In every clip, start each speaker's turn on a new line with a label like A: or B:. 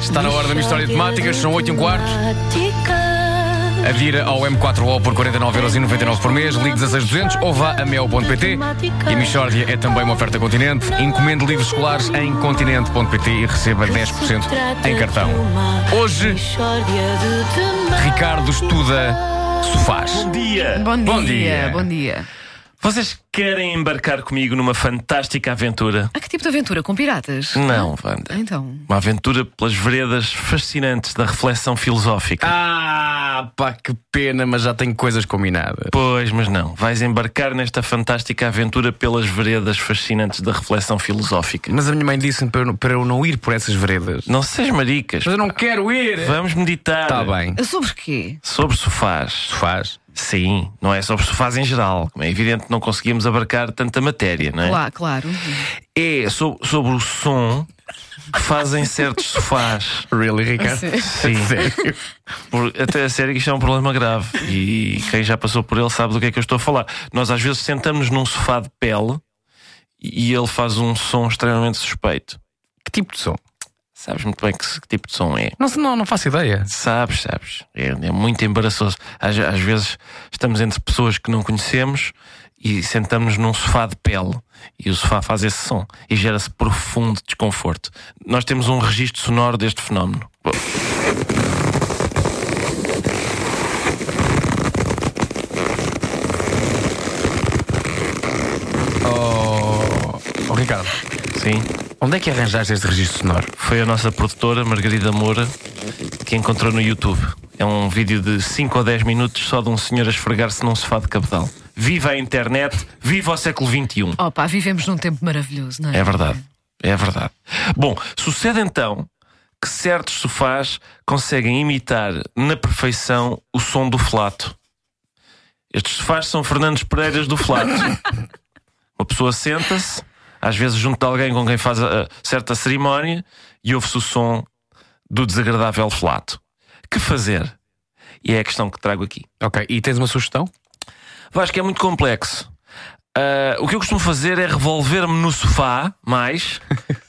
A: Está na hora da minha história de temáticas, são 8 e um quarto. Adira ao M4O por 49,99€ por mês, ligue 16200 ou vá a mel.pt. E a Michórdia é também uma oferta Continente. Encomende livros escolares em continente.pt e receba 10% em cartão. Hoje, Ricardo estuda sofás.
B: Bom dia!
C: Bom dia,
A: Bom
C: bom
A: dia.
C: dia.
B: Vocês querem embarcar comigo numa fantástica aventura?
C: Ah, que tipo de aventura? Com piratas?
B: Não, Wanda.
C: Então.
B: Uma aventura pelas veredas fascinantes da reflexão filosófica.
A: Ah, pá, que pena, mas já tenho coisas combinadas.
B: Pois, mas não. Vais embarcar nesta fantástica aventura pelas veredas fascinantes da reflexão filosófica.
A: Mas a minha mãe disse-me para, eu- para eu não ir por essas veredas.
B: Não sejas maricas.
A: Mas eu não quero ir!
B: Vamos meditar
A: Está Tá bem.
C: Sobre quê?
B: sobre sofás.
A: Sofás.
B: Sim, não é sobre sofás em geral. Como é evidente, não conseguimos abarcar tanta matéria, não é?
C: Lá, claro.
B: É so- sobre o som que fazem certos sofás.
A: Really, Ricardo?
C: Sim.
B: Sim. Por, até a sério que isto é um problema grave. E quem já passou por ele sabe do que é que eu estou a falar. Nós às vezes sentamos num sofá de pele e ele faz um som extremamente suspeito.
A: Que tipo de som?
B: Sabes muito bem que, se- que tipo de som é.
A: Não, se- não, não faço ideia.
B: Sabes, sabes. É, é muito embaraçoso. Às, às vezes estamos entre pessoas que não conhecemos e sentamos num sofá de pele e o sofá faz esse som e gera-se profundo desconforto. Nós temos um registro sonoro deste fenómeno.
A: Oh, oh, Ricardo,
B: Sim.
A: onde é que arranjaste este registro sonoro?
B: Foi a nossa produtora Margarida Moura que encontrou no YouTube. É um vídeo de 5 ou 10 minutos só de um senhor a esfregar-se num sofá de cabedal. Viva a internet, viva o século um. XXI.
C: Opa, vivemos num tempo maravilhoso, não é?
B: É verdade, é verdade. Bom, sucede então que certos sofás conseguem imitar na perfeição o som do flato. Estes sofás são Fernandes Pereiras do flato. Uma pessoa senta-se, às vezes junto de alguém com quem faz a- a certa cerimónia, e ouve-se o som do desagradável flato. Que fazer? E é a questão que trago aqui.
A: Ok, e tens uma sugestão?
B: Vasco, é muito complexo. Ah, o que eu costumo fazer é revolver-me no sofá, mais,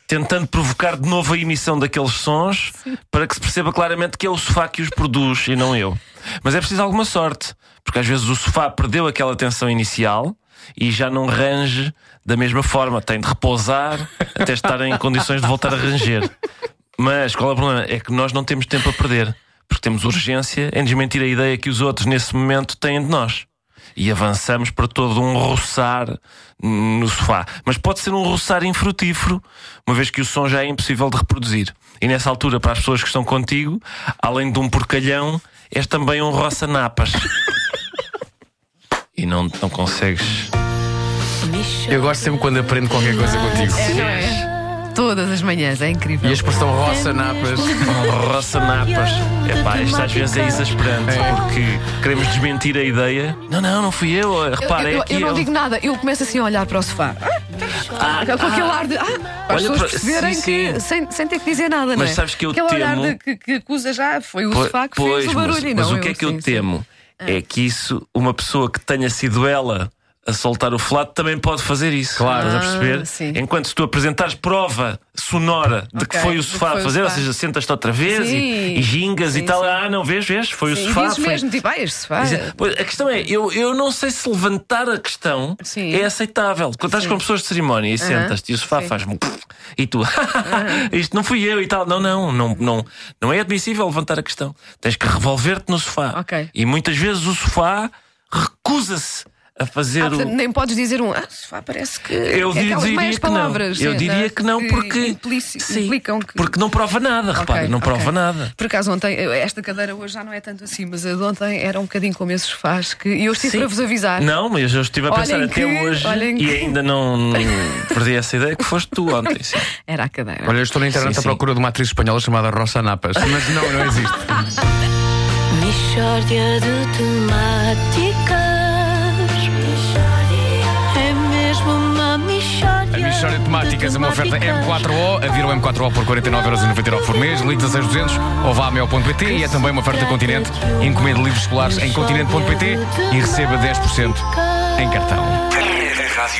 B: tentando provocar de novo a emissão daqueles sons, para que se perceba claramente que é o sofá que os produz e não eu. Mas é preciso alguma sorte, porque às vezes o sofá perdeu aquela tensão inicial e já não range da mesma forma. Tem de repousar até estar em condições de voltar a ranger. Mas qual é o problema? É que nós não temos tempo a perder, porque temos urgência em desmentir a ideia que os outros nesse momento têm de nós. E avançamos para todo um roçar no sofá. Mas pode ser um roçar infrutífero, uma vez que o som já é impossível de reproduzir. E nessa altura, para as pessoas que estão contigo, além de um porcalhão, és também um roça-napas. e não, não consegues.
A: Eu gosto sempre quando aprendo qualquer coisa contigo.
C: Não é? Todas as manhãs, é incrível.
A: E a expressão roça, napas.
B: Roça napas. Um Epá, isto às vezes é exasperante, porque queremos desmentir a ideia. Não, não, não fui eu. Repara,
C: eu,
B: é
C: eu-
B: aqui
C: eu não
B: ele.
C: digo nada, eu começo assim a olhar para o sofá. Ah, com aquele ar de. Ah, para as
B: Olha
C: pessoas
B: para-
C: perceberem
B: sim,
C: que.
B: sim.
C: Sem, sem ter que dizer nada, não é?
B: Mas sabes que eu
C: aquele olhar
B: temo-
C: de que, que acusa já foi o
B: Po-
C: sofá que
B: pois,
C: fez o barulho
B: mas,
C: e não.
B: mas o que é que
C: sim,
B: eu
C: sim. Ah.
B: temo? É que isso, uma pessoa que tenha sido ela a soltar o flato também pode fazer isso.
A: Claro.
B: Estás a
C: Ah,
B: perceber?
C: sim.
B: Enquanto se tu apresentares prova sonora de que
C: Ok,
B: foi o
C: de que
B: sofá
C: foi
B: a
C: o
B: fazer, ou
C: sofá.
B: seja, sentas-te outra vez
C: Sim.
B: e, e gingas e
C: Sim,
B: tal.
C: sim.
B: Ah, não, vês, vês? Foi
C: Sim,
B: o sofá.
C: dizes
B: foi-
C: mesmo, tipo, ah, este sofá.
B: Dizer- Pois, A questão é, eu, eu não sei se levantar a questão
C: Sim.
B: é aceitável. Quando estás com pessoas de cerimónia e sentas-te e o sofá
C: Sim.
B: faz-me um e tu, isto não fui eu e tal. Não, não, não, não, não é admissível levantar a questão. Tens que revolver-te no sofá.
C: Ok.
B: E muitas vezes o sofá recusa-se a fazer
C: Ah,
B: o.
C: portanto, nem podes dizer um. Ah, sofá, parece que.
B: Eu
C: é
B: di-
C: aquelas
B: diria
C: meias
B: que
C: palavras. eh,
B: não. Eu
C: sim,
B: diria que não, porque.
C: implici-
B: Sim.
C: implicam que.
B: Porque não prova nada,
C: Ok,
B: repara, não
C: ok.
B: prova nada.
C: Por acaso, ontem, eu- esta cadeira hoje já não é tanto assim, mas a de ontem era um bocadinho como esses faz que. E eu estive
B: Sim.
C: para vos avisar.
B: Não, mas eu estive a
C: Olhem
B: pensar até
C: que-
B: hoje
C: olhem
B: e
C: que-
B: ainda não, não perdi essa ideia que foste tu ontem. Sim.
C: Era a cadeira.
A: Olha, eu estou na internet
B: Sim,
A: à
B: sim.
A: procura de uma atriz espanhola chamada Roça Napas, mas não, não existe.
D: Mishória de temáticas. É mesmo uma mixórdia.
A: A Michória de Temáticas é uma oferta M4O. Adira o M4O por 49,99€ por mês. Ligue 16200 ou vá a mel.pt e é também uma oferta Continente. Encomende livros escolares em continente.pt e receba 10% em cartão.
E: Radio